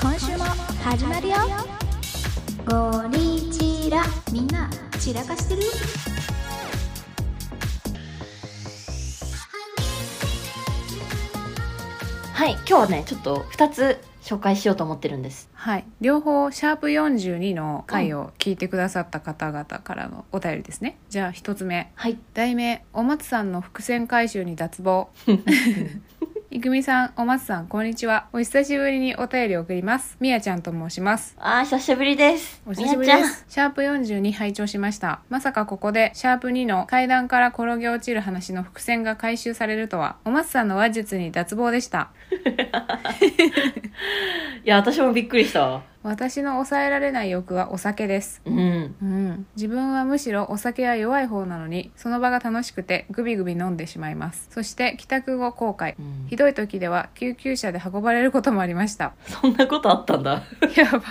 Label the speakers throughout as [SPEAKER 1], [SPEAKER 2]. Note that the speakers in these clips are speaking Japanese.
[SPEAKER 1] 今週も始まるよゴリチラみんな散らかしてる
[SPEAKER 2] はい、今日はね、ちょっと2つ紹介しようと思ってるんです。
[SPEAKER 3] はい、両方シャープ42の回を聞いてくださった方々からのお便りですね、じゃあ一つ目
[SPEAKER 2] はい。
[SPEAKER 3] 題名「お松さんの伏線回収に脱帽」いくみさんお松さんこんにちはお久しぶりにお便りを送りますみやちゃんと申します
[SPEAKER 2] あー、久しぶりです。
[SPEAKER 3] お久しぶりで
[SPEAKER 2] みやち
[SPEAKER 3] すシャープ42拝聴しましたまさかここでシャープ2の階段から転げ落ちる話の伏線が回収されるとはお松さんの話術に脱帽でした
[SPEAKER 2] ゃん。いや、私もびっくりしたわ。
[SPEAKER 3] 私の抑えられない欲はお酒です
[SPEAKER 2] うん。
[SPEAKER 3] うん、自分はむしろお酒は弱い方なのにその場が楽しくてグビグビ飲んでしまいますそして帰宅後後悔
[SPEAKER 2] うん
[SPEAKER 3] ひどい時では救急車で運ばれることもありました
[SPEAKER 2] そんなことあったんだ。
[SPEAKER 3] やばい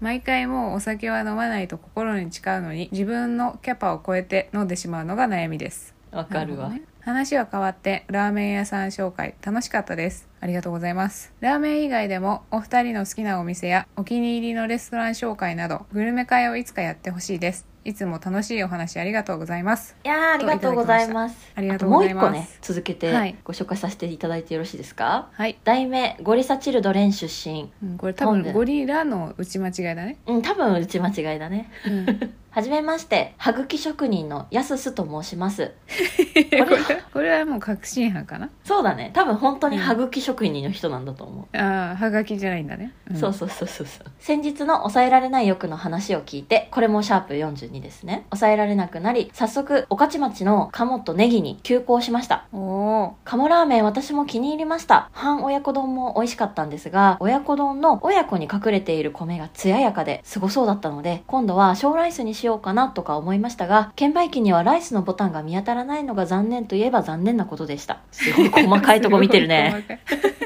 [SPEAKER 3] 毎回もうお酒は飲まないと心に誓うのに自分のキャパを超えて飲んでしまうのが悩みです
[SPEAKER 2] わかるわ。
[SPEAKER 3] なほどね話は変わってラーメン屋さん紹介楽しかったですありがとうございますラーメン以外でもお二人の好きなお店やお気に入りのレストラン紹介などグルメ会をいつかやってほしいですいつも楽しいお話ありがとうございます
[SPEAKER 2] いやーありがとうございます。
[SPEAKER 3] ありがとうございます
[SPEAKER 2] あともう一個ね、続け
[SPEAKER 3] はい
[SPEAKER 2] てご紹介させていただいてよろしいですか
[SPEAKER 3] はい、
[SPEAKER 2] 題名、ゴリサチルドレン出身。
[SPEAKER 3] うん、これ多
[SPEAKER 2] なんで
[SPEAKER 3] 分ゴリラの打ち間違いだね、
[SPEAKER 2] うん、多分打ち間違いだね。
[SPEAKER 3] うん、
[SPEAKER 2] はじめまして、はぐき職人のやすすと申します。
[SPEAKER 3] これこれはもう確信犯かな
[SPEAKER 2] そうだね。多分本当にはぐき職人の人なんだと思う。
[SPEAKER 3] ああはがきじゃないんだね、ん
[SPEAKER 2] そうそうそうそうそう先日の抑えられない欲の話を聞いてこれもシャープ42ですね抑えられなくなり早速御徒町の鴨とネギに急行しました
[SPEAKER 3] おお
[SPEAKER 2] 鴨ラーメン私も気に入りました半親子丼も美味しかったんですが親子丼の親子に隠れている米が艶やかですごそうだったので今度は小ライスにしようかなとか思いましたが券売機にはライスのボタンが見当たらないのが残念といえば残念なことでしたすごい細かいとこ見て るね
[SPEAKER 3] すごい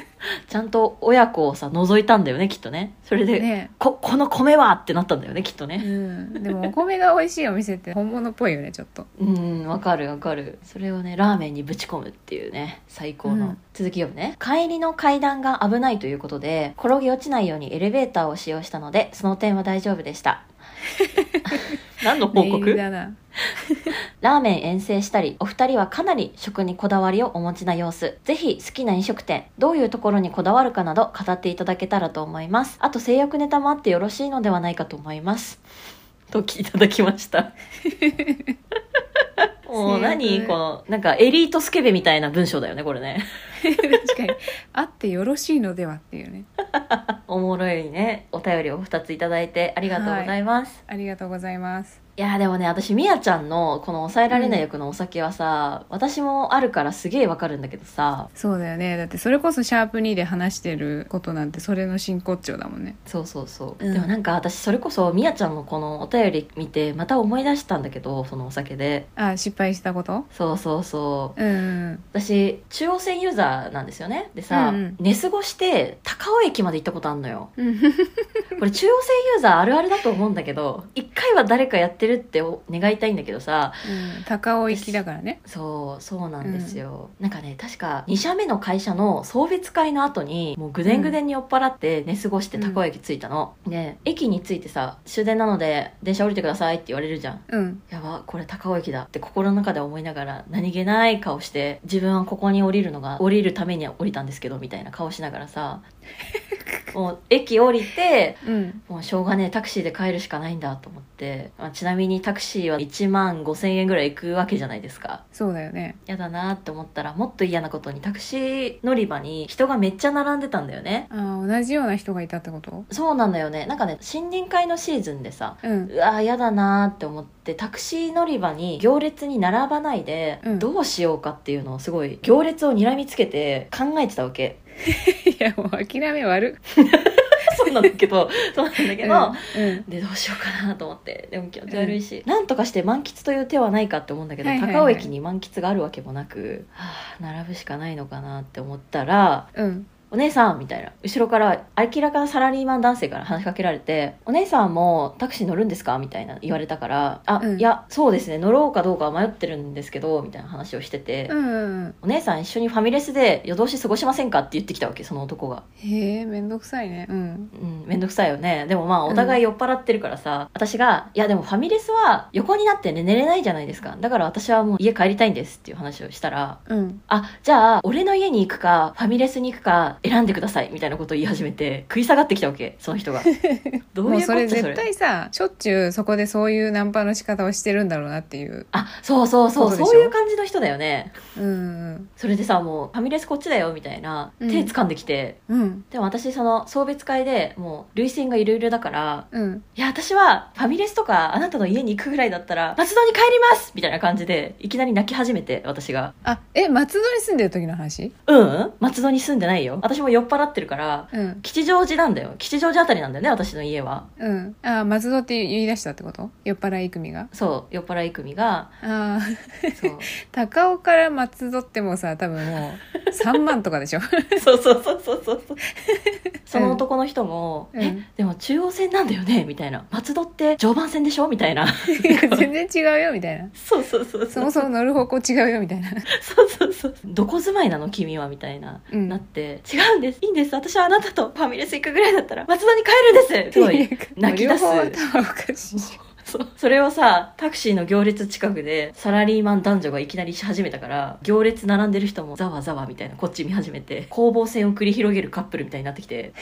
[SPEAKER 2] ちゃんと親子をさ覗いたんだよねきっとねそれ
[SPEAKER 3] 細か
[SPEAKER 2] で
[SPEAKER 3] いね
[SPEAKER 2] ここの米はってなったんだよねきっと
[SPEAKER 3] う
[SPEAKER 2] ね
[SPEAKER 3] ん、でもお米が美味しいお店って本物っぽいよねちょっと
[SPEAKER 2] うんわかるわかるそれをねラーメンにぶち込むっていうね最高の、
[SPEAKER 3] うん
[SPEAKER 2] 続きをね帰りの階段が危ないということで転げ落ちないようにエレベーターを使用したのでその点は大丈夫でした 何の報
[SPEAKER 3] 念入
[SPEAKER 2] 告
[SPEAKER 3] りだな
[SPEAKER 2] ラーメン遠征したりお二人はかなり食にこだわりをお持ちな様子ぜひ好きな飲食店どういうところにこだわるかなど語っていただけたらと思いますあと性欲ネタもあってよろしいのではないかと思いますと聞いただきましたもう
[SPEAKER 3] 性
[SPEAKER 2] 何
[SPEAKER 3] 欲
[SPEAKER 2] このなんかエリートスケベみたいな文章だよねこれね
[SPEAKER 3] 確かにあってよろしいのではっていうね
[SPEAKER 2] おもろいねお便りを2ついただいてありがとうございます、
[SPEAKER 3] ありがとうございます
[SPEAKER 2] いやーでもね私みやちゃんのこの抑えられない役のお酒はさ、私もあるからすげえわかるんだけどさ
[SPEAKER 3] そうだよねだってそれこそシャープ2で話してることなんてそれの真骨頂だもんね
[SPEAKER 2] そうそうそう、
[SPEAKER 3] うん
[SPEAKER 2] でもなんか私それこそみやちゃんのこのお便り見てまた思い出したんだけどそのお酒で
[SPEAKER 3] あ失敗したこと
[SPEAKER 2] そうそうそう
[SPEAKER 3] うんうん
[SPEAKER 2] 私中央線ユーザーなんですよねでさ、
[SPEAKER 3] うんうん
[SPEAKER 2] 寝過ごして高尾駅まで行ったことあんのよ
[SPEAKER 3] うん
[SPEAKER 2] これ中央線ユーザーあるあるだと思うんだけど一回は誰かやってるってお願いたいんだけどさ
[SPEAKER 3] 高尾行きだからね
[SPEAKER 2] そうそうなんですよ、なんかね確か2社目の会社の送別会の後にもうぐでんぐでんに酔っ払って寝過ごしてたこ駅着いたの、で駅に着いてさ終電なので電車降りてくださいって言われるじゃん
[SPEAKER 3] うん
[SPEAKER 2] やばこれ高尾駅だって心の中で思いながら何気ない顔して自分はここに降りるのが降りるために降りたんですけどみたいな顔しながら さもう駅降りて
[SPEAKER 3] うん
[SPEAKER 2] もうしょうがねえタクシーで帰るしかないんだと思って、まあ、ちなみにタクシーは1万5,000円ぐらい行くわけじゃないですか
[SPEAKER 3] そうだよね
[SPEAKER 2] やだなって思ったらもっと嫌なことにタクシー乗り場に人がめっちゃ並んでたんだよね
[SPEAKER 3] あー同じような人がいたってこと
[SPEAKER 2] そうなんだよねなんかね森林会のシーズンでさ
[SPEAKER 3] うん
[SPEAKER 2] うわーやだなーって思ってタクシー乗り場に行列に並ばないで、
[SPEAKER 3] うん
[SPEAKER 2] どうしようかっていうのをすごい行列を睨みつけて考えてたわ け
[SPEAKER 3] いやもう諦め悪
[SPEAKER 2] そうなんだけどそうなんだ
[SPEAKER 3] い
[SPEAKER 2] けど、
[SPEAKER 3] うん
[SPEAKER 2] でどうしようかなと思ってでも気持ち悪いし、なんとかして満喫という手はないかって思うんだけど、
[SPEAKER 3] はいはいはい
[SPEAKER 2] 高尾駅に満喫があるわけもなく、はあ、並ぶしかないのかなって思ったら
[SPEAKER 3] うん
[SPEAKER 2] お姉さんみたいな。後ろから明らかなサラリーマン男性から話しかけられて、お姉さんもタクシー乗るんですかみたいな言われたから、あ、
[SPEAKER 3] うん
[SPEAKER 2] いや、そうですね、乗ろうかどうか迷ってるんですけど、みたいな話をしてて、
[SPEAKER 3] うんうんうん
[SPEAKER 2] お姉さん一緒にファミレスで夜通し過ごしませんかって言ってきたわけ、その男が。
[SPEAKER 3] へえめんどくさいねうん
[SPEAKER 2] うん、めんどくさいよね。でもまあ、
[SPEAKER 3] うん
[SPEAKER 2] お互い酔っ払ってるからさ、私が、いやでもファミレスは横になって、ね、寝れないじゃないですか。だから私はもう家帰りたいんですっていう話をしたら、
[SPEAKER 3] うん
[SPEAKER 2] あ、じゃあ、俺の家に行くか、ファミレスに行くか、選んでください、みたいなことを言い始めて、食い下がってきたわけ、その 人が。どう
[SPEAKER 3] も
[SPEAKER 2] いううこと
[SPEAKER 3] そ
[SPEAKER 2] そ
[SPEAKER 3] れ
[SPEAKER 2] れ
[SPEAKER 3] 絶対さしょっちゅうそこでそういうナンパの仕方をしてるんだろうなっていう
[SPEAKER 2] あ、そうそうそう、
[SPEAKER 3] そうでしょ
[SPEAKER 2] そういう感じの人だよね。
[SPEAKER 3] うん
[SPEAKER 2] それでさ、もう、ファミレスこっちだよ、みたいな、
[SPEAKER 3] うん
[SPEAKER 2] 手掴んできて、
[SPEAKER 3] うんうん
[SPEAKER 2] でも私、その、送別会でもう、累戦がいろいろだから、
[SPEAKER 3] うん
[SPEAKER 2] いや、私は、ファミレスとか、あなたの家に行くぐらいだったら、松戸に帰りますみたいな感じで、いきなり泣き始めて、私が。
[SPEAKER 3] あえ松戸に住んでる時の話
[SPEAKER 2] ううん松戸に住んでないよ。私も酔っ払ってるから、
[SPEAKER 3] うん
[SPEAKER 2] 吉祥寺なんだよ。吉祥寺あたりなんだよね、私の家は。
[SPEAKER 3] うんあ松戸って言い出したってこと酔っ払い組が
[SPEAKER 2] そう、酔っ払い組が、
[SPEAKER 3] あー
[SPEAKER 2] そう、
[SPEAKER 3] 高尾から松戸ってもうさ多分もう3万と かでしょ
[SPEAKER 2] そうそうそうそうそうそう。その男の人も、
[SPEAKER 3] うん
[SPEAKER 2] え、でも中央線なんだよねみたいな。松戸って常磐線でしょみたいな。
[SPEAKER 3] 全然違うよみたいな
[SPEAKER 2] そうそうそう
[SPEAKER 3] そ
[SPEAKER 2] そう。
[SPEAKER 3] もそも乗る方向違うよみたいな
[SPEAKER 2] そうそうそう。どこ住まいなの君はみたいな。
[SPEAKER 3] うん
[SPEAKER 2] なって、違うんです。いいんです。私はあなたとファミレス行くぐらいだったら、松戸に帰るんですすごい。泣き出す
[SPEAKER 3] 両方頭おか しい
[SPEAKER 2] そうそれをさタクシーの行列近くでサラリーマン男女がいきなりし始めたから行列並んでる人もざわざわみたいなこっち見始めて攻防戦を繰り広げるカップルみたいになってきて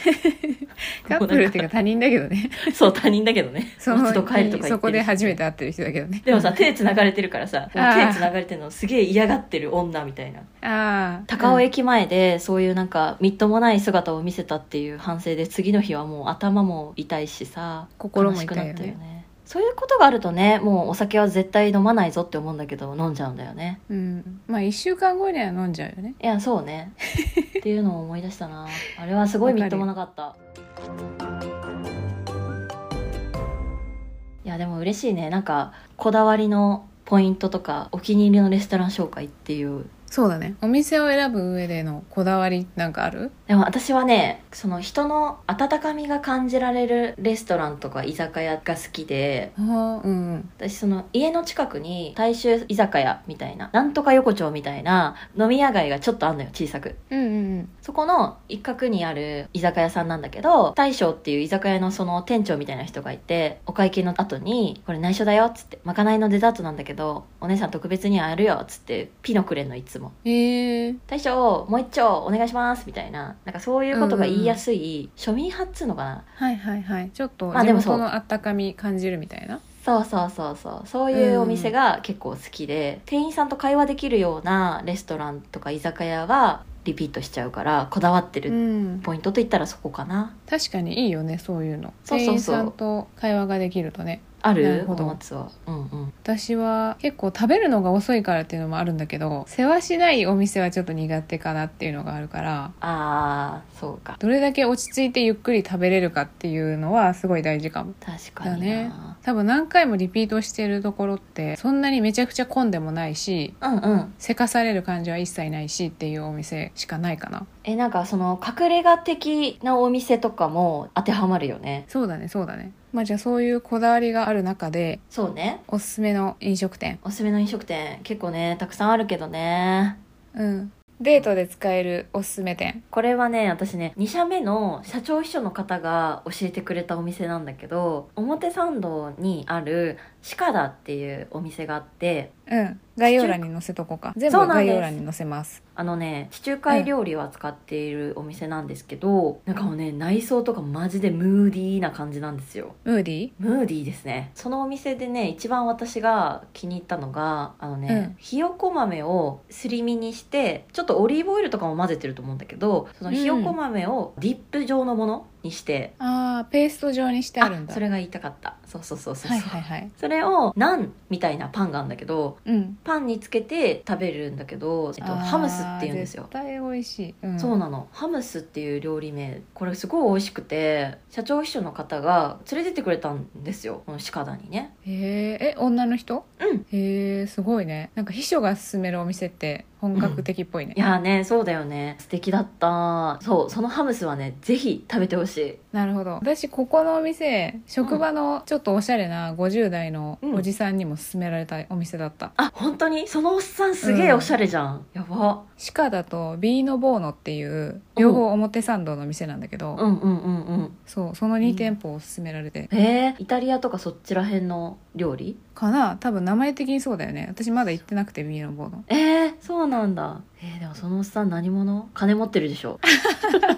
[SPEAKER 3] カップルっていうか他人だけど ね
[SPEAKER 2] そう他人だけどね
[SPEAKER 3] その
[SPEAKER 2] 松戸帰るとか言ってる
[SPEAKER 3] そこで初めて会ってる人だけどね
[SPEAKER 2] でもさ手繋がれてるからさ
[SPEAKER 3] あー
[SPEAKER 2] 手繋がれてるのすげえ嫌がってる女みたいな
[SPEAKER 3] ああ
[SPEAKER 2] 高尾駅前でそういうなんかみっともない姿を見せたっていう反省で次の日はもう頭も痛いしさ
[SPEAKER 3] 心も痛いよね
[SPEAKER 2] 悲しくなったそういうことがあるとねもうお酒は絶対飲まないぞって思うんだけど飲んじゃうんだよね
[SPEAKER 3] うんまあ1週間後には飲んじゃうよね
[SPEAKER 2] いやそう ねっていうのを思い出したなあれはすごいみっともなかったいやでも嬉しいねなんかこだわりのポイントとかお気に入りのレストラン紹介っていう
[SPEAKER 3] そうだねお店を選ぶ上でのこだわりなんかある
[SPEAKER 2] でも私はねその人の温かみが感じられるレストランとか居酒屋が好きで
[SPEAKER 3] ああうん
[SPEAKER 2] 私その家の近くに大衆居酒屋みたいななんとか横丁みたいな飲み屋街がちょっとあんのよ小さく
[SPEAKER 3] うんうん
[SPEAKER 2] そこの一角にある居酒屋さんなんだけど大将っていう居酒屋のその店長みたいな人がいてお会計の後に「これ内緒だよ」っつって「まかないのデザートなんだけどお姉さん特別にあるよ」っつってピノくれんのいつも
[SPEAKER 3] うんへえ
[SPEAKER 2] 「大将もう一丁お願いします」みたいななんかそういうことが言いやすい、庶民派っつうのかな
[SPEAKER 3] はいはいはいちょっと
[SPEAKER 2] まあ
[SPEAKER 3] 地
[SPEAKER 2] でもそう
[SPEAKER 3] 元のあったかみ感じるみたいな
[SPEAKER 2] そうそうそうそうそういうお店が結構好きで、店員さんと会話できるようなレストランとか居酒屋はリピートしちゃうからこだわって
[SPEAKER 3] う
[SPEAKER 2] る
[SPEAKER 3] ん
[SPEAKER 2] ポイントといったらそこかな
[SPEAKER 3] 確かにいいよねそういうの
[SPEAKER 2] そうそうそう
[SPEAKER 3] 店員さんと会話ができるとね
[SPEAKER 2] あ
[SPEAKER 3] な
[SPEAKER 2] る
[SPEAKER 3] るほ
[SPEAKER 2] 小
[SPEAKER 3] ど
[SPEAKER 2] 松はうんうん
[SPEAKER 3] 私は結構食べるのが遅いからっていうのもあるんだけど世話しないお店はちょっと苦手かなっていうのがあるから
[SPEAKER 2] あーそうか
[SPEAKER 3] どれだけ落ち着いてゆっくり食べれるかっていうのはすごい大事かも
[SPEAKER 2] 確かにな
[SPEAKER 3] だね多分何回もリピートしてるところってそんなにめちゃくちゃ混んでもないし
[SPEAKER 2] うんうん
[SPEAKER 3] せかされる感じは一切ないしっていうお店しかないかな
[SPEAKER 2] えなんかその隠れ家的なお店とかも当てはまるよね
[SPEAKER 3] そうだねそうだねまあじゃあそういうこだわりがある中で
[SPEAKER 2] そうね
[SPEAKER 3] おすすめの飲食店
[SPEAKER 2] おすすめの飲食店結構ねたくさんあるけどね
[SPEAKER 3] うんデートで使えるおすすめ店
[SPEAKER 2] これはね私ね2社目の社長秘書の方が教えてくれたお店なんだけど表参道にあるシカダっていうお店があって
[SPEAKER 3] うん概要欄に載せとこうか全部
[SPEAKER 2] そうなん
[SPEAKER 3] 概
[SPEAKER 2] です
[SPEAKER 3] 要欄に載せます
[SPEAKER 2] あのね地中海料理を扱っているお店なんですけど、なんかもうね内装とかマジでムーディーな感じなんですよ
[SPEAKER 3] ムーディー
[SPEAKER 2] ムーディーですねそのお店でね一番私が気に入ったのがあのね、
[SPEAKER 3] うん
[SPEAKER 2] ひよこ豆をすり身にしてちょっとオリーブオイルとかも混ぜてると思うんだけどそのひよこ豆をディップ状のものにして、
[SPEAKER 3] ああペースト状にしてあるんだ
[SPEAKER 2] それが言いたかったそうそうそうそうそう、
[SPEAKER 3] はいはいはい
[SPEAKER 2] それをナンみたいなパンがあるんだけど
[SPEAKER 3] うん
[SPEAKER 2] パンにつけて食べるんだけど、えっと、
[SPEAKER 3] あー
[SPEAKER 2] ハムスっていうんですよ
[SPEAKER 3] 絶対美味しい、うん、
[SPEAKER 2] そうなのハムスっていう料理名これすごい美味しくて社長秘書の方が連れてってくれたんですよこの鹿田にね
[SPEAKER 3] へーえ女の人
[SPEAKER 2] うん
[SPEAKER 3] へえすごいねなんか秘書が勧めるお店って本格的っぽいね
[SPEAKER 2] い、やーねそうだよね素敵だったそうそのハムスはねぜひ食べてほしい
[SPEAKER 3] なるほど私ここのお店職場のちょっとおしゃれな50代のおじさんにも勧められたお店だった、
[SPEAKER 2] あ本当にそのおっさんすげえおしゃれじゃん、やば
[SPEAKER 3] シカだとビーノボーノっていう両方表参道の店なんだけど、
[SPEAKER 2] うんうんうんうん
[SPEAKER 3] そうその2店舗を勧められて、
[SPEAKER 2] えー、イタリアとかそっちらへんの料理
[SPEAKER 3] かな多分名前的にそうだよね私まだ行ってなくてビーノボーノ
[SPEAKER 2] えー、そうなんだえー、でもそのおっさん何者金持ってるでしょ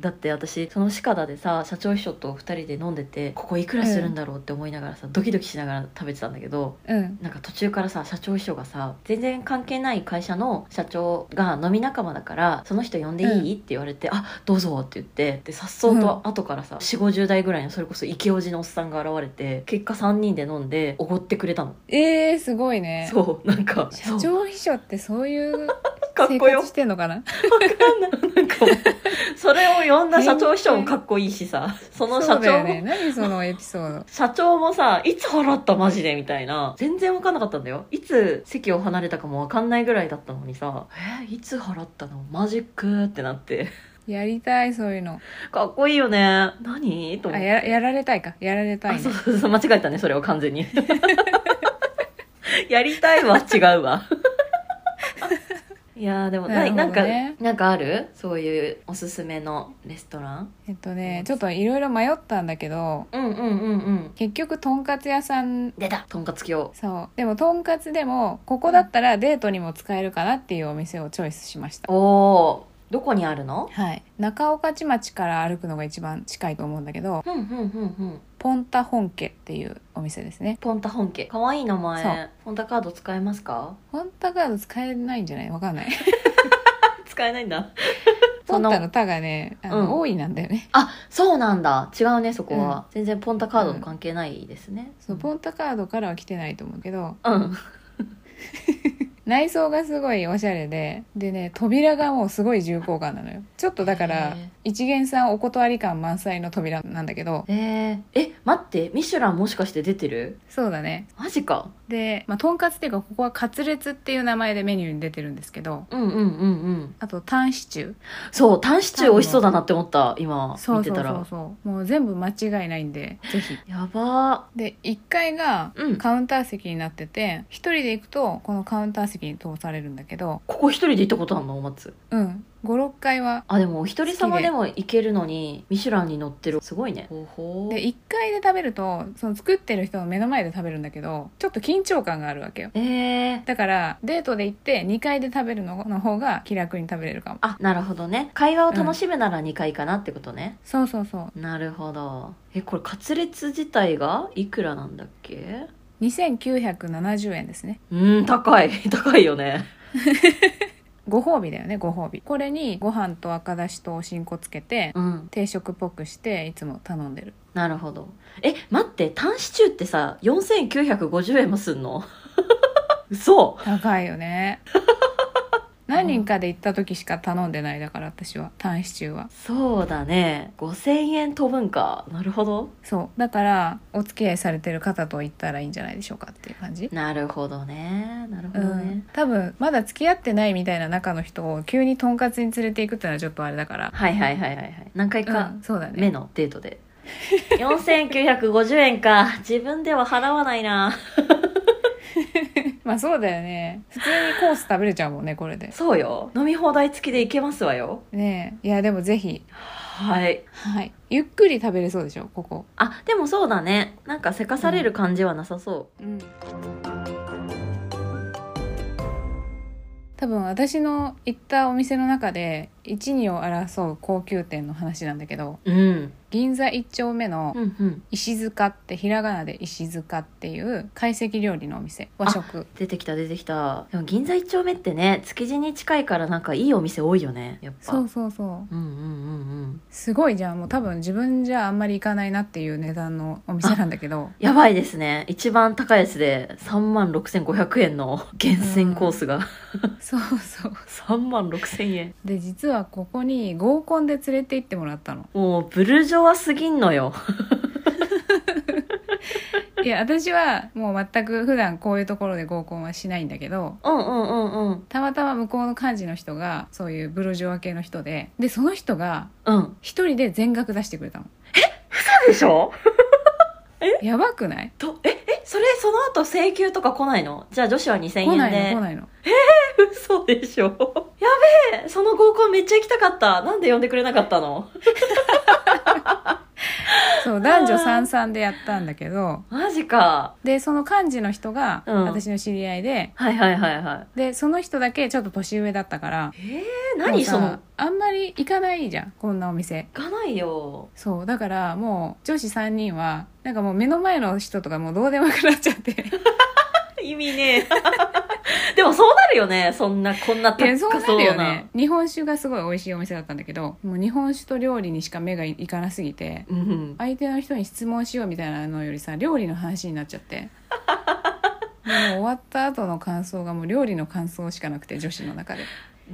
[SPEAKER 2] だって私その鹿田でさ社長秘書と2人で飲んでてここいくらするんだろうって思いながらさ、ドキドキしながら食べてたんだけど
[SPEAKER 3] うん
[SPEAKER 2] なんか途中からさ社長秘書がさ全然関係ない会社の社長が飲み仲間だからその人呼んでいい、って言われて「あどうぞ」って言ってで颯爽と後からさ、4 5 0代ぐらいのそれこそイケオジのおっさんが現れて結果3人で飲んでおごってくれたの、
[SPEAKER 3] えー、すごいね
[SPEAKER 2] そうなんか
[SPEAKER 3] 社
[SPEAKER 2] そう
[SPEAKER 3] 長秘書ってそういう
[SPEAKER 2] かっ
[SPEAKER 3] 生
[SPEAKER 2] こよ
[SPEAKER 3] 活してんのかな
[SPEAKER 2] なんかもうそれを呼んだ社長秘書もかっこいいしさ その社
[SPEAKER 3] そうだ
[SPEAKER 2] 長 も、
[SPEAKER 3] よね何そのエピソード
[SPEAKER 2] 社長もさ、いつ払ったマジでみたいな。全然わかんなかったんだよ。いつ席を離れたかもわかんないぐらいだったのにさ、えーいつ払ったのマジックってなって。
[SPEAKER 3] やりたいそういうの
[SPEAKER 2] かっこいいよね。何と
[SPEAKER 3] あ
[SPEAKER 2] 思って。
[SPEAKER 3] ややられたいかやられた
[SPEAKER 2] あ、
[SPEAKER 3] い
[SPEAKER 2] そ
[SPEAKER 3] ね
[SPEAKER 2] うそうそう、間違えたね、それを完全に。 やりたいは違うわ。 いやーでもなな
[SPEAKER 3] なる
[SPEAKER 2] ん
[SPEAKER 3] ほ
[SPEAKER 2] か
[SPEAKER 3] どね
[SPEAKER 2] なんかあるそういうおすすめのレストラン
[SPEAKER 3] えっとねちょっといろいろ迷ったんだけど
[SPEAKER 2] うんうんうんうん
[SPEAKER 3] 結局とんかつ屋さん
[SPEAKER 2] 出たとんかつ教
[SPEAKER 3] そうでもとんかつでもここだったらデートにも使えるかなっていうお店をチョイスしました
[SPEAKER 2] おおーどこにあるの
[SPEAKER 3] はい中御徒町から歩くのが一番近いと思うんだけど
[SPEAKER 2] うんうんうんうん
[SPEAKER 3] ポンタ本家っていうお店ですね
[SPEAKER 2] ポンタ本家可愛い名
[SPEAKER 3] そう
[SPEAKER 2] 前ポンタカード使えますか
[SPEAKER 3] ポンタカード使えないんじゃないわかんない
[SPEAKER 2] 使えないんだ
[SPEAKER 3] ポ
[SPEAKER 2] そ
[SPEAKER 3] ン
[SPEAKER 2] の
[SPEAKER 3] タの「タ」がねあの、
[SPEAKER 2] うん
[SPEAKER 3] 多いなんだよね
[SPEAKER 2] あそうなんだ違うねそこは、全然ポンタカードと関係ないですね、
[SPEAKER 3] そうポンタカードからは来てないと思うけど
[SPEAKER 2] うん
[SPEAKER 3] 内装がすごいおしゃれででね扉がもうすごい重厚感なのよちょっとだから
[SPEAKER 2] へー
[SPEAKER 3] 一元さんお断り感満載の扉なんだけど
[SPEAKER 2] えー、え待ってミシュランもしかして出てる
[SPEAKER 3] そうだね
[SPEAKER 2] マジか
[SPEAKER 3] で、まあ、とんかつっていうかここはカツレツっていう名前でメニューに出てるんですけど
[SPEAKER 2] うんうんうんうん
[SPEAKER 3] あとタンシチュー
[SPEAKER 2] そうタンシチュー美味しそうだなって思った今
[SPEAKER 3] そ
[SPEAKER 2] 見
[SPEAKER 3] う
[SPEAKER 2] て
[SPEAKER 3] そう
[SPEAKER 2] た
[SPEAKER 3] そう
[SPEAKER 2] ら
[SPEAKER 3] そうもう全部間違いないんでぜひ
[SPEAKER 2] やば
[SPEAKER 3] で1階が
[SPEAKER 2] うん
[SPEAKER 3] カウンター席になってて1人で行くとこのカウンター席に通されるんだけど
[SPEAKER 2] ーここ一人で行ったことあるのお松
[SPEAKER 3] うん56階は
[SPEAKER 2] あでもお一人
[SPEAKER 3] 好き
[SPEAKER 2] 様
[SPEAKER 3] で
[SPEAKER 2] でも行けるのにミシュランに乗ってるすごいねほうほう
[SPEAKER 3] で1階で食べるとその作ってる人の目の前で食べるんだけどちょっと緊張感があるわけよ
[SPEAKER 2] えー、
[SPEAKER 3] だからデートで行って2階で食べるのの方が気楽に食べれるかも
[SPEAKER 2] あなるほどね会話を楽しむなら2回かなってことね、
[SPEAKER 3] そうそうそう
[SPEAKER 2] なるほどえこれカツレツ自体がいくらなんだっけ
[SPEAKER 3] 2970円ですね
[SPEAKER 2] うん高い 高いよね
[SPEAKER 3] ご褒美だよねご褒美これにご飯と赤だしとおしんこつけて
[SPEAKER 2] うん
[SPEAKER 3] 定食っぽくしていつも頼んでる
[SPEAKER 2] なるほどえ待ってタンシチューってさ4950円もすんの 嘘
[SPEAKER 3] 高い よね何人かで行った時しか頼んでないだから私はタンシチューは
[SPEAKER 2] そうだね5000円飛ぶんかなるほど
[SPEAKER 3] そうだからお付き合いされてる方と行ったらいいんじゃないでしょうかっていう感じ
[SPEAKER 2] なるほどねなるほ
[SPEAKER 3] う
[SPEAKER 2] どね、
[SPEAKER 3] ん、多分まだ付き合ってないみたいな中の人を急にとんかつに連れて行くってのはちょっとあれだから、
[SPEAKER 2] はいはいはいはいはい何回か
[SPEAKER 3] うん、そうだ
[SPEAKER 2] 目
[SPEAKER 3] ね
[SPEAKER 2] のデートで4950円か自分では払わないな
[SPEAKER 3] まあそうだよね普通にコース食べれちゃうもんねこれで
[SPEAKER 2] そうよ飲み放題付きでいけますわよ
[SPEAKER 3] ねえいやでもぜひ
[SPEAKER 2] はい
[SPEAKER 3] はいゆっくり食べれそうでしょここ
[SPEAKER 2] あでもそうだねなんかせかされる感じはなさそう、
[SPEAKER 3] うん多分私の行ったお店の中で一二を争う高級店の話なんだけど
[SPEAKER 2] うん、うん
[SPEAKER 3] 銀座一丁目の
[SPEAKER 2] うん
[SPEAKER 3] 石塚ってひらがなで石塚っていう懐石料理のお店和食
[SPEAKER 2] 出てきた出てきたでも銀座一丁目ってね築地に近いからなんかいいお店多いよねやっぱ
[SPEAKER 3] そうそうそう
[SPEAKER 2] うんうんうんうん
[SPEAKER 3] すごいじゃんもう多分自分じゃあんまり行かないなっていう値段のお店なんだけど
[SPEAKER 2] やばいですね一番高いやつで3万6500円の厳選コースが
[SPEAKER 3] そうそう
[SPEAKER 2] 3万6000円
[SPEAKER 3] で実はここに合コンで連れて行ってもらったの
[SPEAKER 2] もうブルジョワすぎんのよ
[SPEAKER 3] いや私はもう全く普段こういうところで合コンはしないんだけど
[SPEAKER 2] うんうんうんうん
[SPEAKER 3] たまたま向こうの幹事の人がそういうブルジョア系の人ででその人が
[SPEAKER 2] うん
[SPEAKER 3] 一人で全額出してくれたの
[SPEAKER 2] でしょ
[SPEAKER 3] やばくない
[SPEAKER 2] とええそれその後請求とか来ないのじゃあ女子は2000円で
[SPEAKER 3] 来ないの来ないの
[SPEAKER 2] 嘘でしょやべえその合コンめっちゃ行きたかったなんで呼んでくれなかったの
[SPEAKER 3] そう男女三々でやったんだけど
[SPEAKER 2] マジか
[SPEAKER 3] でその幹事の人が
[SPEAKER 2] うん
[SPEAKER 3] 私の知り合いで、
[SPEAKER 2] はいはいはいはい
[SPEAKER 3] でその人だけちょっと年上だったから
[SPEAKER 2] えー、
[SPEAKER 3] も
[SPEAKER 2] 何
[SPEAKER 3] うさ
[SPEAKER 2] その
[SPEAKER 3] あんまり行かないじゃんこんなお店
[SPEAKER 2] 行かないよ
[SPEAKER 3] そうだからもう女子3人はなんかもう目の前の人とかもうどうでもよくなっちゃって
[SPEAKER 2] 意味ねえ でもそうなるよねそんなこんない
[SPEAKER 3] や
[SPEAKER 2] 高
[SPEAKER 3] そ
[SPEAKER 2] そううな
[SPEAKER 3] なるよね日本酒がすごい美味しいお店だったんだけどもう日本酒と料理にしか目がいかなすぎて
[SPEAKER 2] うん
[SPEAKER 3] 相手の人に質問しようみたいなのよりさ料理の話になっちゃってもう終わった後の感想がもう料理の感想しかなくて女子の中で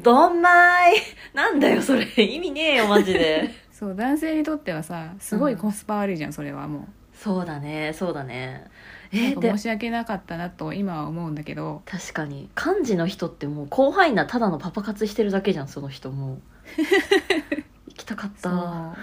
[SPEAKER 2] どんまいなんだよそれ意味ねえよマジ で
[SPEAKER 3] そう男性にとってはさすごいコスパ悪いじゃん、それはも
[SPEAKER 2] そうだねそうだね
[SPEAKER 3] うな
[SPEAKER 2] え
[SPEAKER 3] んか
[SPEAKER 2] で
[SPEAKER 3] 申し訳なかったなと今は思うんだけど
[SPEAKER 2] 確かに漢字の人ってもう広範囲なただのパパ活してるだけじゃんその人 もう行きたかっ
[SPEAKER 3] そう
[SPEAKER 2] た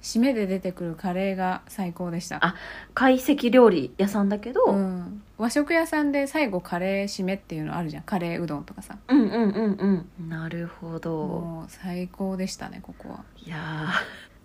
[SPEAKER 3] 締めで出てくるカレーが最高でした
[SPEAKER 2] あ懐石料理屋さんだけど、
[SPEAKER 3] うん、和食屋さんで最後カレー締めっていうのあるじゃんカレーうどんとかさ
[SPEAKER 2] うんうんうんうんなるほど、
[SPEAKER 3] もう最高でしたねここはい
[SPEAKER 2] や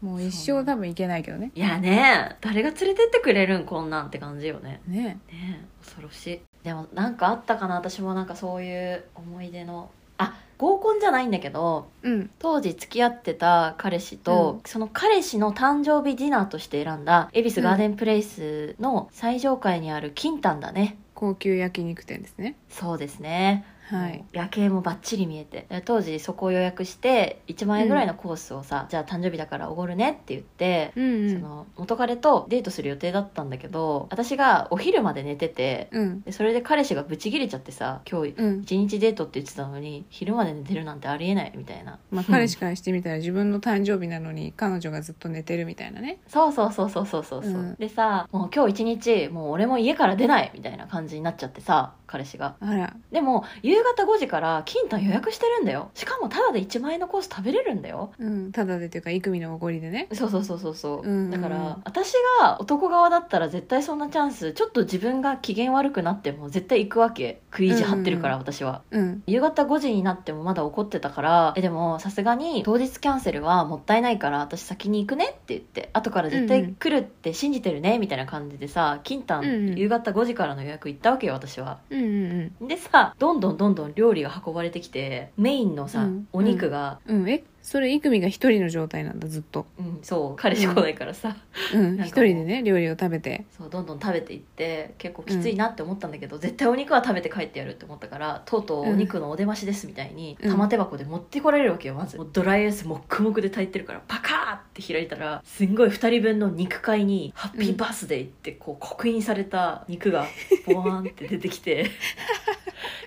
[SPEAKER 3] もう一生多分行けないけどね
[SPEAKER 2] ーいやね誰が連れてってくれるんこんなんって感じよね
[SPEAKER 3] ね
[SPEAKER 2] ねえ恐ろしいでもなんかあったかな私もなんかそういう思い出のあ合コンじゃないんだけど
[SPEAKER 3] うん
[SPEAKER 2] 当時付き合ってた彼氏と、その彼氏の誕生日ディナーとして選んだ恵比寿ガーデンプレイスの最上階にある金丹だね、
[SPEAKER 3] 高級焼肉店ですね
[SPEAKER 2] そうですね
[SPEAKER 3] はい、
[SPEAKER 2] 夜景もバッチリ見えてで当時そこを予約して1万円ぐらいのコースをさ、じゃあ誕生日だからおごるねって言って、
[SPEAKER 3] うんう
[SPEAKER 2] そ
[SPEAKER 3] ん
[SPEAKER 2] の元彼とデートする予定だったんだけど私がお昼まで寝てて
[SPEAKER 3] うん
[SPEAKER 2] でそれで彼氏がブチギレちゃってさ今日
[SPEAKER 3] うん
[SPEAKER 2] 一日デートって言ってたのに昼まで寝てるなんてありえないみたいな、
[SPEAKER 3] まあ、彼氏からしてみたら自分の誕生日なのに彼女がずっと寝てるみたいなね
[SPEAKER 2] そうそうそうそうそうそう、う
[SPEAKER 3] うん
[SPEAKER 2] でさもう今日一日もう俺も家から出ないみたいな感じになっちゃってさ彼氏が
[SPEAKER 3] あら
[SPEAKER 2] でも夕方5時から金丹予約してるんだよしかもタダで1万円のコース食べれるんだよ
[SPEAKER 3] うんただでというかイクミのおごりでね
[SPEAKER 2] そうそうそうそうそう、
[SPEAKER 3] うん
[SPEAKER 2] だから私が男側だったら絶対そんなチャンスちょっと自分が機嫌悪くなっても絶対行くわけ食い意地張ってるから、
[SPEAKER 3] う
[SPEAKER 2] 私は
[SPEAKER 3] うん
[SPEAKER 2] 夕方5時になってもまだ怒ってたからえでもさすがに当日キャンセルはもったいないから私先に行くねって言って後から絶
[SPEAKER 3] うんう
[SPEAKER 2] 対
[SPEAKER 3] ん
[SPEAKER 2] 来るって信じてるね、みたいな感じでさ金丹、
[SPEAKER 3] うんうん
[SPEAKER 2] 夕方5時からの予約行ったわけよ私は
[SPEAKER 3] うんうん
[SPEAKER 2] でさどんどんどんどん料理が運ばれてきてメインのさ、
[SPEAKER 3] うん
[SPEAKER 2] お肉が、
[SPEAKER 3] うんうんえそれイクミが一人の状態なんだずっと
[SPEAKER 2] うん、そう彼氏来ないからさ、
[SPEAKER 3] うん
[SPEAKER 2] なんか
[SPEAKER 3] 一人でね料理を食べて
[SPEAKER 2] そうどんどん食べていって結構きついなって思ったんだけど、絶対お肉は食べて帰ってやるって思ったからとうとうお肉のお出ましですみたいに、
[SPEAKER 3] うん
[SPEAKER 2] 玉手箱で持ってこられるわけよまずもうドライアイスもっくもくで炊いてるからパカーって開いたらすんごい2人分の肉塊に「ハッピーバースデー」ってこう刻印された肉がボワーンって出てき て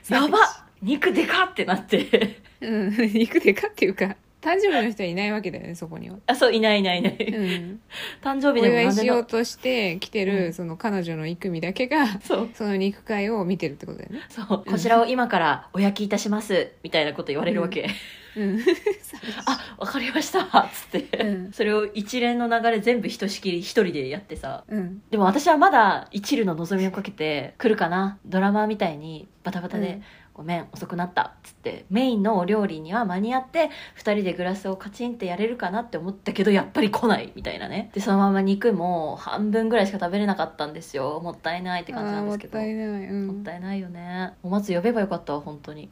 [SPEAKER 2] やばっ肉でかってなって
[SPEAKER 3] うん 肉でかっていうか誕生日の人はいないわけだよねそこには
[SPEAKER 2] あそういないいないいない、
[SPEAKER 3] うん
[SPEAKER 2] 誕生
[SPEAKER 3] お
[SPEAKER 2] 日でも
[SPEAKER 3] 祝い
[SPEAKER 2] 何
[SPEAKER 3] し
[SPEAKER 2] で
[SPEAKER 3] よう
[SPEAKER 2] も
[SPEAKER 3] として来て
[SPEAKER 2] うん
[SPEAKER 3] るその彼女のイクミだけが
[SPEAKER 2] そう
[SPEAKER 3] その肉塊を見てるってことだよね
[SPEAKER 2] そうこちらを今からお焼きいたしますみたいなこと言われるわけ、
[SPEAKER 3] うん
[SPEAKER 2] あわかりましたっつって、
[SPEAKER 3] うん
[SPEAKER 2] それを一連の流れ全部ひとしきり一人でやってさ
[SPEAKER 3] うん
[SPEAKER 2] でも私はまだ一縷の望みをかけて来るかなドラマみたいにバタバタで、
[SPEAKER 3] うん
[SPEAKER 2] ごめん遅くなったっつってメインのお料理には間に合って2人でグラスをカチンってやれるかなって思ったけどやっぱり来ないみたいなねでそのまま肉も半分ぐらいしか食べれなかったんですよもったいないって感じ
[SPEAKER 3] あ
[SPEAKER 2] な
[SPEAKER 3] ー
[SPEAKER 2] んで
[SPEAKER 3] もっ
[SPEAKER 2] すけど
[SPEAKER 3] たいないうん
[SPEAKER 2] もったいないよねお松呼べばよかったわ本当 に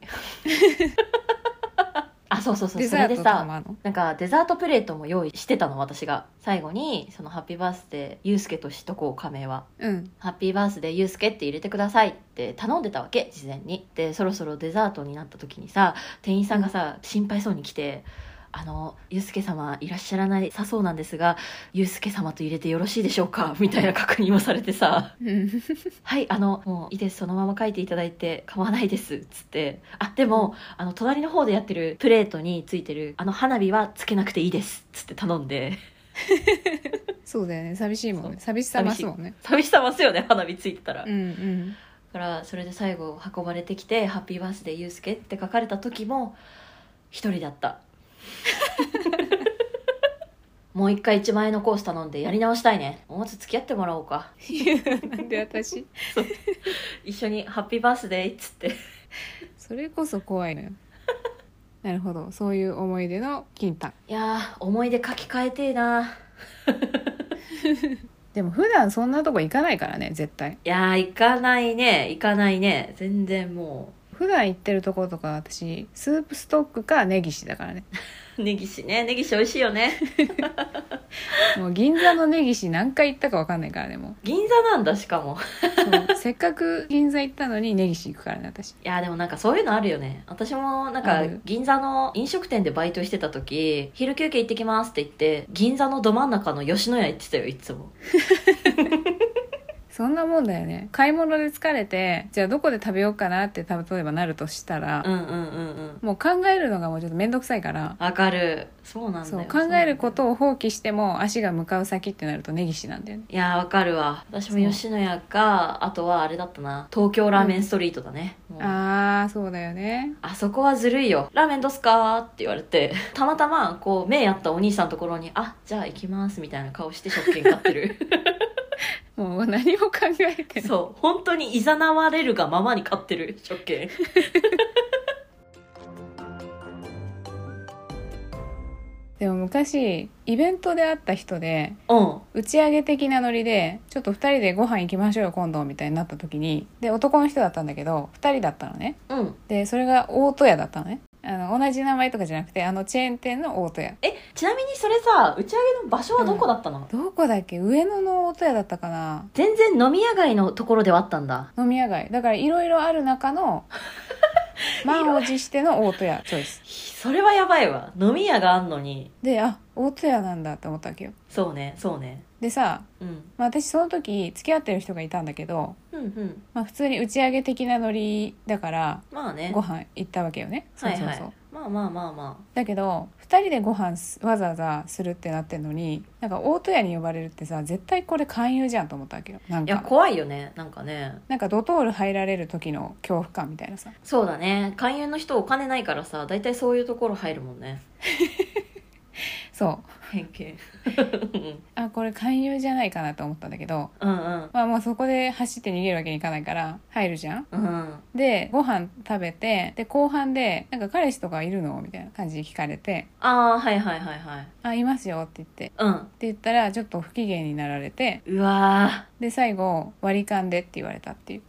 [SPEAKER 2] あそうそうそう
[SPEAKER 3] デ
[SPEAKER 2] そ
[SPEAKER 3] ザ
[SPEAKER 2] れ
[SPEAKER 3] ー
[SPEAKER 2] で
[SPEAKER 3] ト
[SPEAKER 2] さ
[SPEAKER 3] 頼まんの
[SPEAKER 2] なんかデザートプレートも用意してたの私が最後にその「ハッピーバースデーユうスケとしとこう仮名は」
[SPEAKER 3] うん
[SPEAKER 2] ハッピーバースデーユうスケって入れてくださいって頼んでたわけ事前にでそろそろデザートになった時にさ店員さんがさ心配そうに来て「あのユうスケ様いらっしゃらないさそうなんですがユうスケ様と入れてよろしいでしょうか?」みたいな確認をされてさ
[SPEAKER 3] うん
[SPEAKER 2] はい、あの、もういいです、そのまま書いていただいて構わないです、つって。あ、でも、あの、隣の方でやってるプレートについてる、あの花火はつけなくていいです、つって頼んで。
[SPEAKER 3] そうだよね寂しいもん
[SPEAKER 2] そ
[SPEAKER 3] ね
[SPEAKER 2] う
[SPEAKER 3] 寂しさますもんね
[SPEAKER 2] 寂しさますよね花火ついてたら、
[SPEAKER 3] うんうん
[SPEAKER 2] だからそれで最後運ばれてきて「ハッピーバースデーユうスケ」って書かれた時も一人だった もう一回1万円のコース頼んでやり直したいねおもつ付き合ってもらおうか
[SPEAKER 3] いや なんで私
[SPEAKER 2] 一緒に「ハッピーバースデー」っつって
[SPEAKER 3] それこそ怖い のよなるほどそういう思い出の金丹
[SPEAKER 2] いやー思い出書き換えてえな
[SPEAKER 3] でも普段そんなとこ行かないからね絶対
[SPEAKER 2] いやー行かないね行かないね全然も
[SPEAKER 3] 普段行ってるとことか私スープストックか根岸だからね
[SPEAKER 2] う根岸ね根岸美味しいよ ね
[SPEAKER 3] もう銀座の根岸何回行ったか分かんないからねも
[SPEAKER 2] 銀座なんだしかも
[SPEAKER 3] うそうせっかく銀座行ったのに根岸行くからね私
[SPEAKER 2] いやでもなんかそういうのあるよね私もなん
[SPEAKER 3] あ
[SPEAKER 2] か
[SPEAKER 3] る
[SPEAKER 2] 銀座の飲食店でバイトしてた時昼休憩行ってきますって言って銀座のど真ん中の吉野家行ってたよいつも
[SPEAKER 3] そんなもんだよね買い物で疲れてじゃあどこで食べようかなって例えばなるとしたら
[SPEAKER 2] う、んうんうんうん
[SPEAKER 3] もう考えるのがもうちょっと面倒くさいから
[SPEAKER 2] わかるそうなんだ
[SPEAKER 3] そう
[SPEAKER 2] よ
[SPEAKER 3] 考えることを放棄しても足が向かう先ってなると根岸なんだよね
[SPEAKER 2] いやわかるわ私
[SPEAKER 3] そ
[SPEAKER 2] も
[SPEAKER 3] う
[SPEAKER 2] 吉野家かあとはあれだったな東京ラーメンストリートだね、もう
[SPEAKER 3] ああそうだよね
[SPEAKER 2] あそこはずるいよ。ラーメンどうすかって言われて、 たまたま、こう、目やったお兄さんのところに、あ、じゃあ行きます、みたいな顔して食券買ってる。
[SPEAKER 3] もう何も考えてない
[SPEAKER 2] そう、本当に誘われるがままに買ってる、食券。
[SPEAKER 3] でも昔イベントで会った人で
[SPEAKER 2] うん。
[SPEAKER 3] 打ち上げ的なノリでちょっと2人でご飯行きましょうよ今度みたいになった時にで男の人だったんだけど2人だったのね
[SPEAKER 2] うん。
[SPEAKER 3] でそれが大戸屋だったのねあの同じ名前とかじゃなくてあのチェーン店の大戸屋
[SPEAKER 2] え、ちなみにそれさ、打ち上げの場所はどこだったの、
[SPEAKER 3] どこだっけ上野の大戸屋だったかな
[SPEAKER 2] 全然飲み屋街のところではあったんだ。
[SPEAKER 3] 飲み屋街だからいろいろある 中の満を持しての大戸屋チョイス
[SPEAKER 2] それはやばいわ。飲み屋があんのに。
[SPEAKER 3] であ大戸屋なんだって思ったわけよ
[SPEAKER 2] そうね、そうね。
[SPEAKER 3] でさ、
[SPEAKER 2] うん。
[SPEAKER 3] まあ、私その時付き合ってる人がいたんだけど、
[SPEAKER 2] うんうん。
[SPEAKER 3] まあ、普通に打ち上げ的なノリだから
[SPEAKER 2] まあね。
[SPEAKER 3] ご飯行ったわけよねそうそうそう、
[SPEAKER 2] はいはい。まあまあまあま
[SPEAKER 3] だけど2人でご飯すわざわざするってなってんのになんか大戸屋に呼ばれるってさ絶対これ勧誘じゃんと思ったわけよな
[SPEAKER 2] あ。
[SPEAKER 3] ん
[SPEAKER 2] いや、
[SPEAKER 3] か
[SPEAKER 2] 怖いよね。なんかね。
[SPEAKER 3] なんかドトール入られる時の恐怖感みたいなさ
[SPEAKER 2] そうだね勧誘の人お金ないからさ大体そういうところ入るもんね
[SPEAKER 3] そう
[SPEAKER 2] 偏 見
[SPEAKER 3] あこれ勧誘じゃないかなと思ったんだけど
[SPEAKER 2] うんうん
[SPEAKER 3] まあもうそこで走って逃げるわけにいかないから入るじゃん
[SPEAKER 2] うん
[SPEAKER 3] でご飯食べてで後半で「なんか彼氏とかいるの?」みたいな感じで聞かれて
[SPEAKER 2] ああはいはいはいはい
[SPEAKER 3] 「あいますよ」って言って。
[SPEAKER 2] うん
[SPEAKER 3] って言ったらちょっと不機嫌になられて
[SPEAKER 2] うわ
[SPEAKER 3] で最後割り勘でって言われたっていう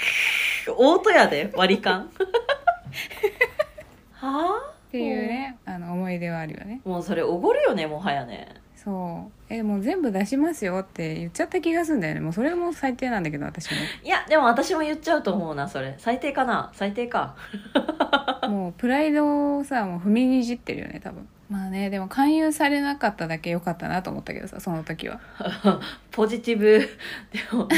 [SPEAKER 2] ー大戸屋で割り 勘は
[SPEAKER 3] っていうね、あの思い出はあるよね
[SPEAKER 2] あもうそれおごるよねもはやね
[SPEAKER 3] そうえもう全部出しますよって言っちゃった気がするんだよねもうそれも最低なんだけ ど私
[SPEAKER 2] いやでも私も言っちゃうと思うなそれ最低かな最低か
[SPEAKER 3] ももうプライドをさもう踏みにじってるよね多分まあねでも勧誘されなかっただけ良かったなと思ったけどさその時は、
[SPEAKER 2] ポジティブで も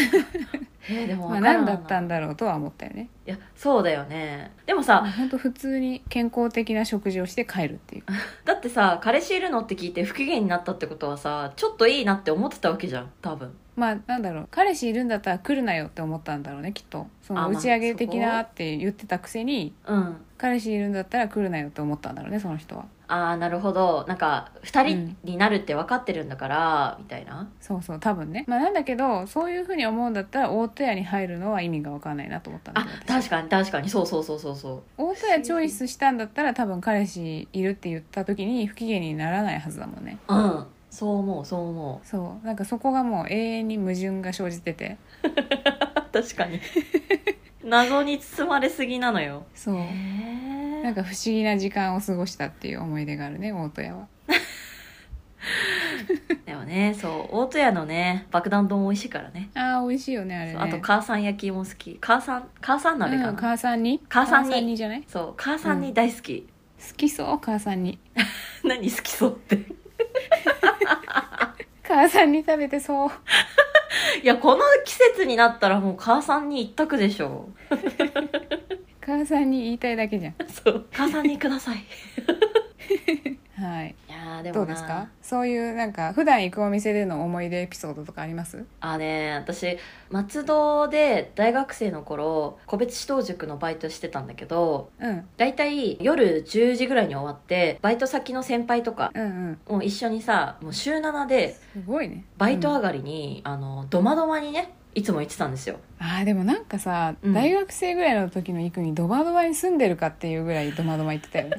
[SPEAKER 2] えーでも
[SPEAKER 3] まあ、
[SPEAKER 2] 分から
[SPEAKER 3] 何
[SPEAKER 2] ん
[SPEAKER 3] だ
[SPEAKER 2] な
[SPEAKER 3] ったんだろうとは思ったよね
[SPEAKER 2] いやそうだよねでもさ
[SPEAKER 3] 本当普通に健康的な食事をして帰るっていう
[SPEAKER 2] だってさ彼氏いるのって聞いて不機嫌になったってことはさちょっといいなって思ってたわけじゃん多分
[SPEAKER 3] まあなんだろう彼氏いるんだったら来るなよって思ったんだろうねきっとそ
[SPEAKER 2] あ
[SPEAKER 3] の
[SPEAKER 2] まあ
[SPEAKER 3] 打ち上げ的なって言ってたくせに
[SPEAKER 2] うん
[SPEAKER 3] 彼氏いるんだったら来るなよって思ったんだろうねその人は
[SPEAKER 2] ああなるほどなんか2人になるって分かってるんだから、みたいな
[SPEAKER 3] そうそう多分ね、まあ、なんだけどそういうふうに思うんだったら大戸屋に入るのは意味が分かんないなと思ったんだ
[SPEAKER 2] あ
[SPEAKER 3] けど私
[SPEAKER 2] 確かに確かにそうそうそうそうそう
[SPEAKER 3] 大戸屋チョイスしたんだったら多分彼氏いるって言った時に不機嫌にならないはずだもんね
[SPEAKER 2] うんそう思うそう思
[SPEAKER 3] そうなんかそこがもう永遠に矛盾が生じてて
[SPEAKER 2] う 確かに謎に包まれすぎなのよ
[SPEAKER 3] そう
[SPEAKER 2] へえ
[SPEAKER 3] なんか不思議な時間を過ごしたっていう思い出があるね大戸屋は
[SPEAKER 2] でもねそう大戸屋のね爆弾丼美味しいからね
[SPEAKER 3] あー美味しいよねあれ
[SPEAKER 2] そ
[SPEAKER 3] ね
[SPEAKER 2] うあと母さん焼きも好き母さん母さん鍋かな、
[SPEAKER 3] うん、母さんに
[SPEAKER 2] 母さんに
[SPEAKER 3] じゃない
[SPEAKER 2] そう母さんに大好き、
[SPEAKER 3] 好きそう母さんに
[SPEAKER 2] 何好きそうって
[SPEAKER 3] 母さんに食べてそう
[SPEAKER 2] いやこの季節になったらもう母さんに一択でしょ
[SPEAKER 3] 母さんに言いたいだけじゃん
[SPEAKER 2] そう母さんにくださいい
[SPEAKER 3] はい
[SPEAKER 2] ややーでもな
[SPEAKER 3] どうですかそういうなんか普段行くお店での思い出エピソードとかあります
[SPEAKER 2] あーね私松戸で大学生の頃個別指導塾のバイトしてたんだけど
[SPEAKER 3] うん
[SPEAKER 2] だいたい夜10時ぐらいに終わってバイト先の先輩とか
[SPEAKER 3] うんうん
[SPEAKER 2] もう一緒にさもう週7です
[SPEAKER 3] ごいね
[SPEAKER 2] バイト
[SPEAKER 3] うん
[SPEAKER 2] 上がりに、あのドマドマにねいつも行ってたんですよ
[SPEAKER 3] あーでもなんかさ、
[SPEAKER 2] うん
[SPEAKER 3] 大学生ぐらいの時の行くにドバドバに住んでるかっていうぐらいドバドバ行ってた よね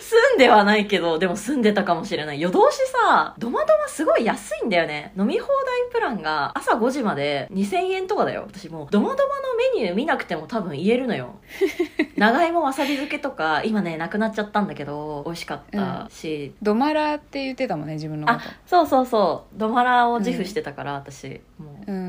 [SPEAKER 2] 住んではないけどでも住んでたかもしれない夜通しさドマドマすごい安いんだよね飲み放題プランが朝5時まで2000円とかだよ私もうドマドマのメニュー見なくても多分言えるのよ長芋わさび漬けとか今ねなくなっちゃったんだけど美味しかったし、
[SPEAKER 3] ドマラって言ってたもんね自分のこ
[SPEAKER 2] あ
[SPEAKER 3] と
[SPEAKER 2] そうそうそうドマラを自負してたから、私もう
[SPEAKER 3] うんうんう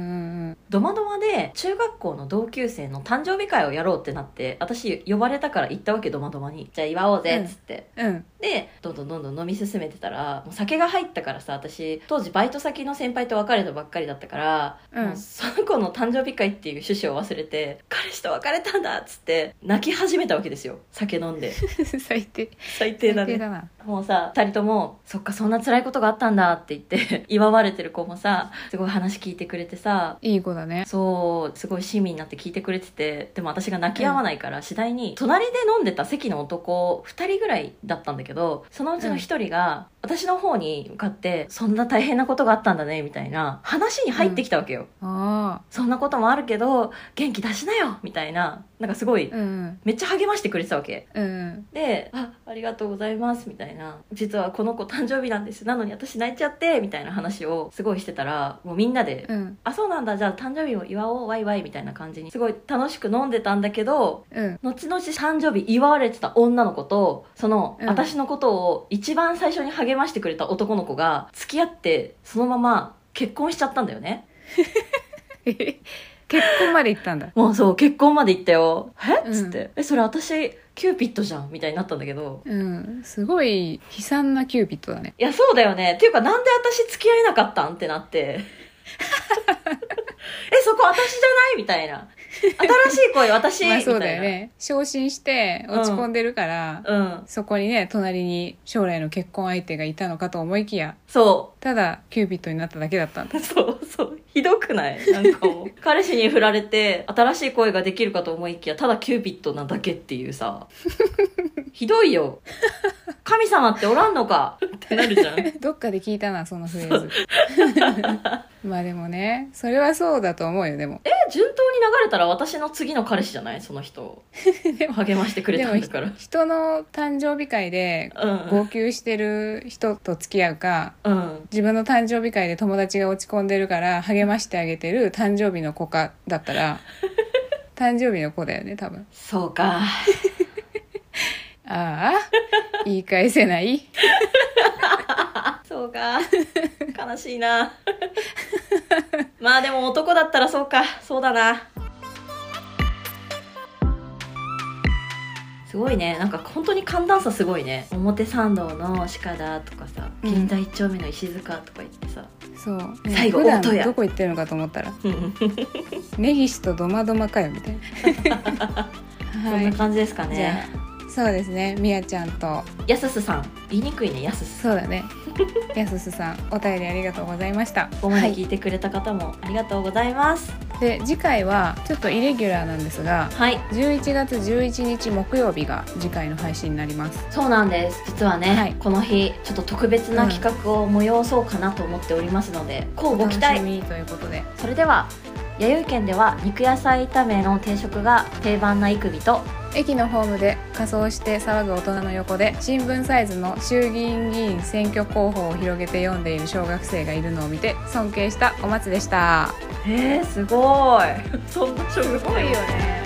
[SPEAKER 3] ん
[SPEAKER 2] ドマドマで中学校の同級生の誕生日会をやろうってなって私呼ばれたから行ったわけドマドマにじゃあ祝おうぜっつって、
[SPEAKER 3] うん
[SPEAKER 2] でどんどんどんどん飲み進めてたらもう酒が入ったからさ私当時バイト先の先輩と別れたばっかりだったから、
[SPEAKER 3] うん
[SPEAKER 2] もうその子の誕生日会っていう趣旨を忘れて「彼氏と別れたんだ」っつって泣き始めたわけですよ酒飲ん で
[SPEAKER 3] 最低
[SPEAKER 2] 最低だ
[SPEAKER 3] 最低
[SPEAKER 2] ね
[SPEAKER 3] だな
[SPEAKER 2] もうさ2人とも「そっかそんな辛いことがあったんだ」って言って 祝われてる子もさすごい話聞いてくれてさ
[SPEAKER 3] いい子だね
[SPEAKER 2] そうすごい親身になって聞いてくれててでも私が泣き止まないから次第に隣で飲んでた席の男2人ぐらいだったんだけどそのうちの1人が私の方に向かって「そんな大変なことがあったんだね」みたいな話に入ってきたわけよ、
[SPEAKER 3] あ
[SPEAKER 2] そんなこともあるけど元気出しなよみたいななんかすごい
[SPEAKER 3] あうん
[SPEAKER 2] めっちゃ励ましてくれてたわけ
[SPEAKER 3] うんうん
[SPEAKER 2] で「あありがとうございます」みたいな「実はこの子誕生日なんですなのに私泣いちゃって」みたいな話をすごいしてたらもうみんなで
[SPEAKER 3] うん
[SPEAKER 2] あそうなんだじゃあ誕生日も祝おうワイワイみたいな感じにすごい楽しく飲んでたんだけど
[SPEAKER 3] うん
[SPEAKER 2] 後々誕生日祝われてた女の子とその、
[SPEAKER 3] うん
[SPEAKER 2] 私のことを一番最初に励ましてくれた男の子が付き合ってそのまま結婚しちゃったんだよね
[SPEAKER 3] えへへ結婚まで行ったんだ
[SPEAKER 2] もうそう結婚まで行ったよえっ
[SPEAKER 3] うん
[SPEAKER 2] つって、えそれ私キューピッドじゃんみたいになったんだけど
[SPEAKER 3] うんすごい悲惨なキューピッドだね
[SPEAKER 2] いやそうだよねっていうかなんで私付き合えなかったんってなって えそこ私じゃないみたいな新しい恋私
[SPEAKER 3] まあそうだ
[SPEAKER 2] みたい
[SPEAKER 3] よ
[SPEAKER 2] な
[SPEAKER 3] ね昇進して落ち込んでるから、
[SPEAKER 2] うん
[SPEAKER 3] そこにね隣に将来の結婚相手がいたのかと思いきや
[SPEAKER 2] そ
[SPEAKER 3] ただキューピッドになっただけだったんだ
[SPEAKER 2] う。そうそう。ひどくないなんかもう。彼氏に振られて、新しい恋ができるかと思いきや、ただキューピッドなだけっていうさ。ひどいよ。神様っておらんのかってなるじゃん。
[SPEAKER 3] どっかで聞いたなそのフレ ーズまあでもねそれはそうだと思うよでも
[SPEAKER 2] え順当に流れたら私の次の彼氏じゃないその人。
[SPEAKER 3] でも
[SPEAKER 2] 励ましてくれたんだから。
[SPEAKER 3] 人の誕生日会で
[SPEAKER 2] うん
[SPEAKER 3] 号。泣してる人と付き合うか
[SPEAKER 2] うん。
[SPEAKER 3] 自分の誕生日会で友達が落ち込んでるから励ましてあげてる誕生日の子かだった ら誕生日の子だよね多分
[SPEAKER 2] そうか。
[SPEAKER 3] ああ言い返せない
[SPEAKER 2] そうか。悲しいな。まあでも男だったらそうか。そうだな。すごいね。なんか本当に寒暖差すごいね。表参道の鹿だとかさ、
[SPEAKER 3] うん
[SPEAKER 2] 銀座一丁目の石塚とか言ってさ。
[SPEAKER 3] そう、
[SPEAKER 2] 最後
[SPEAKER 3] 普段
[SPEAKER 2] 大戸屋
[SPEAKER 3] どこ行ってるのかと思ったら根岸とドマドマかよみたい な
[SPEAKER 2] そ
[SPEAKER 3] は
[SPEAKER 2] んない感じですかね。
[SPEAKER 3] そうですねみやちゃんと
[SPEAKER 2] やすすさん。言いにくいね、やすす。
[SPEAKER 3] そうだ ねやすすさんお便りありがとうございました
[SPEAKER 2] ここまで聞いてくれた方もありがとうございます。
[SPEAKER 3] で次回はちょっとイレギュラーなんですが
[SPEAKER 2] はい。
[SPEAKER 3] 11月11日木曜日が次回の配信になります
[SPEAKER 2] そうなんです実はね、
[SPEAKER 3] はい
[SPEAKER 2] この日ちょっと特別な企画を催そうかなと思っておりますので、こうご期
[SPEAKER 3] お楽
[SPEAKER 2] 待
[SPEAKER 3] しみということで
[SPEAKER 2] それでは弥生県では肉野菜炒めの定食が定番な育美と
[SPEAKER 3] 駅のホームで仮装して騒ぐ大人の横で新聞サイズの衆議院議員選挙候補を広げて読んでいる小学生がいるのを見て尊敬したお松でした
[SPEAKER 2] えー、すごい そんな食
[SPEAKER 3] すごいよね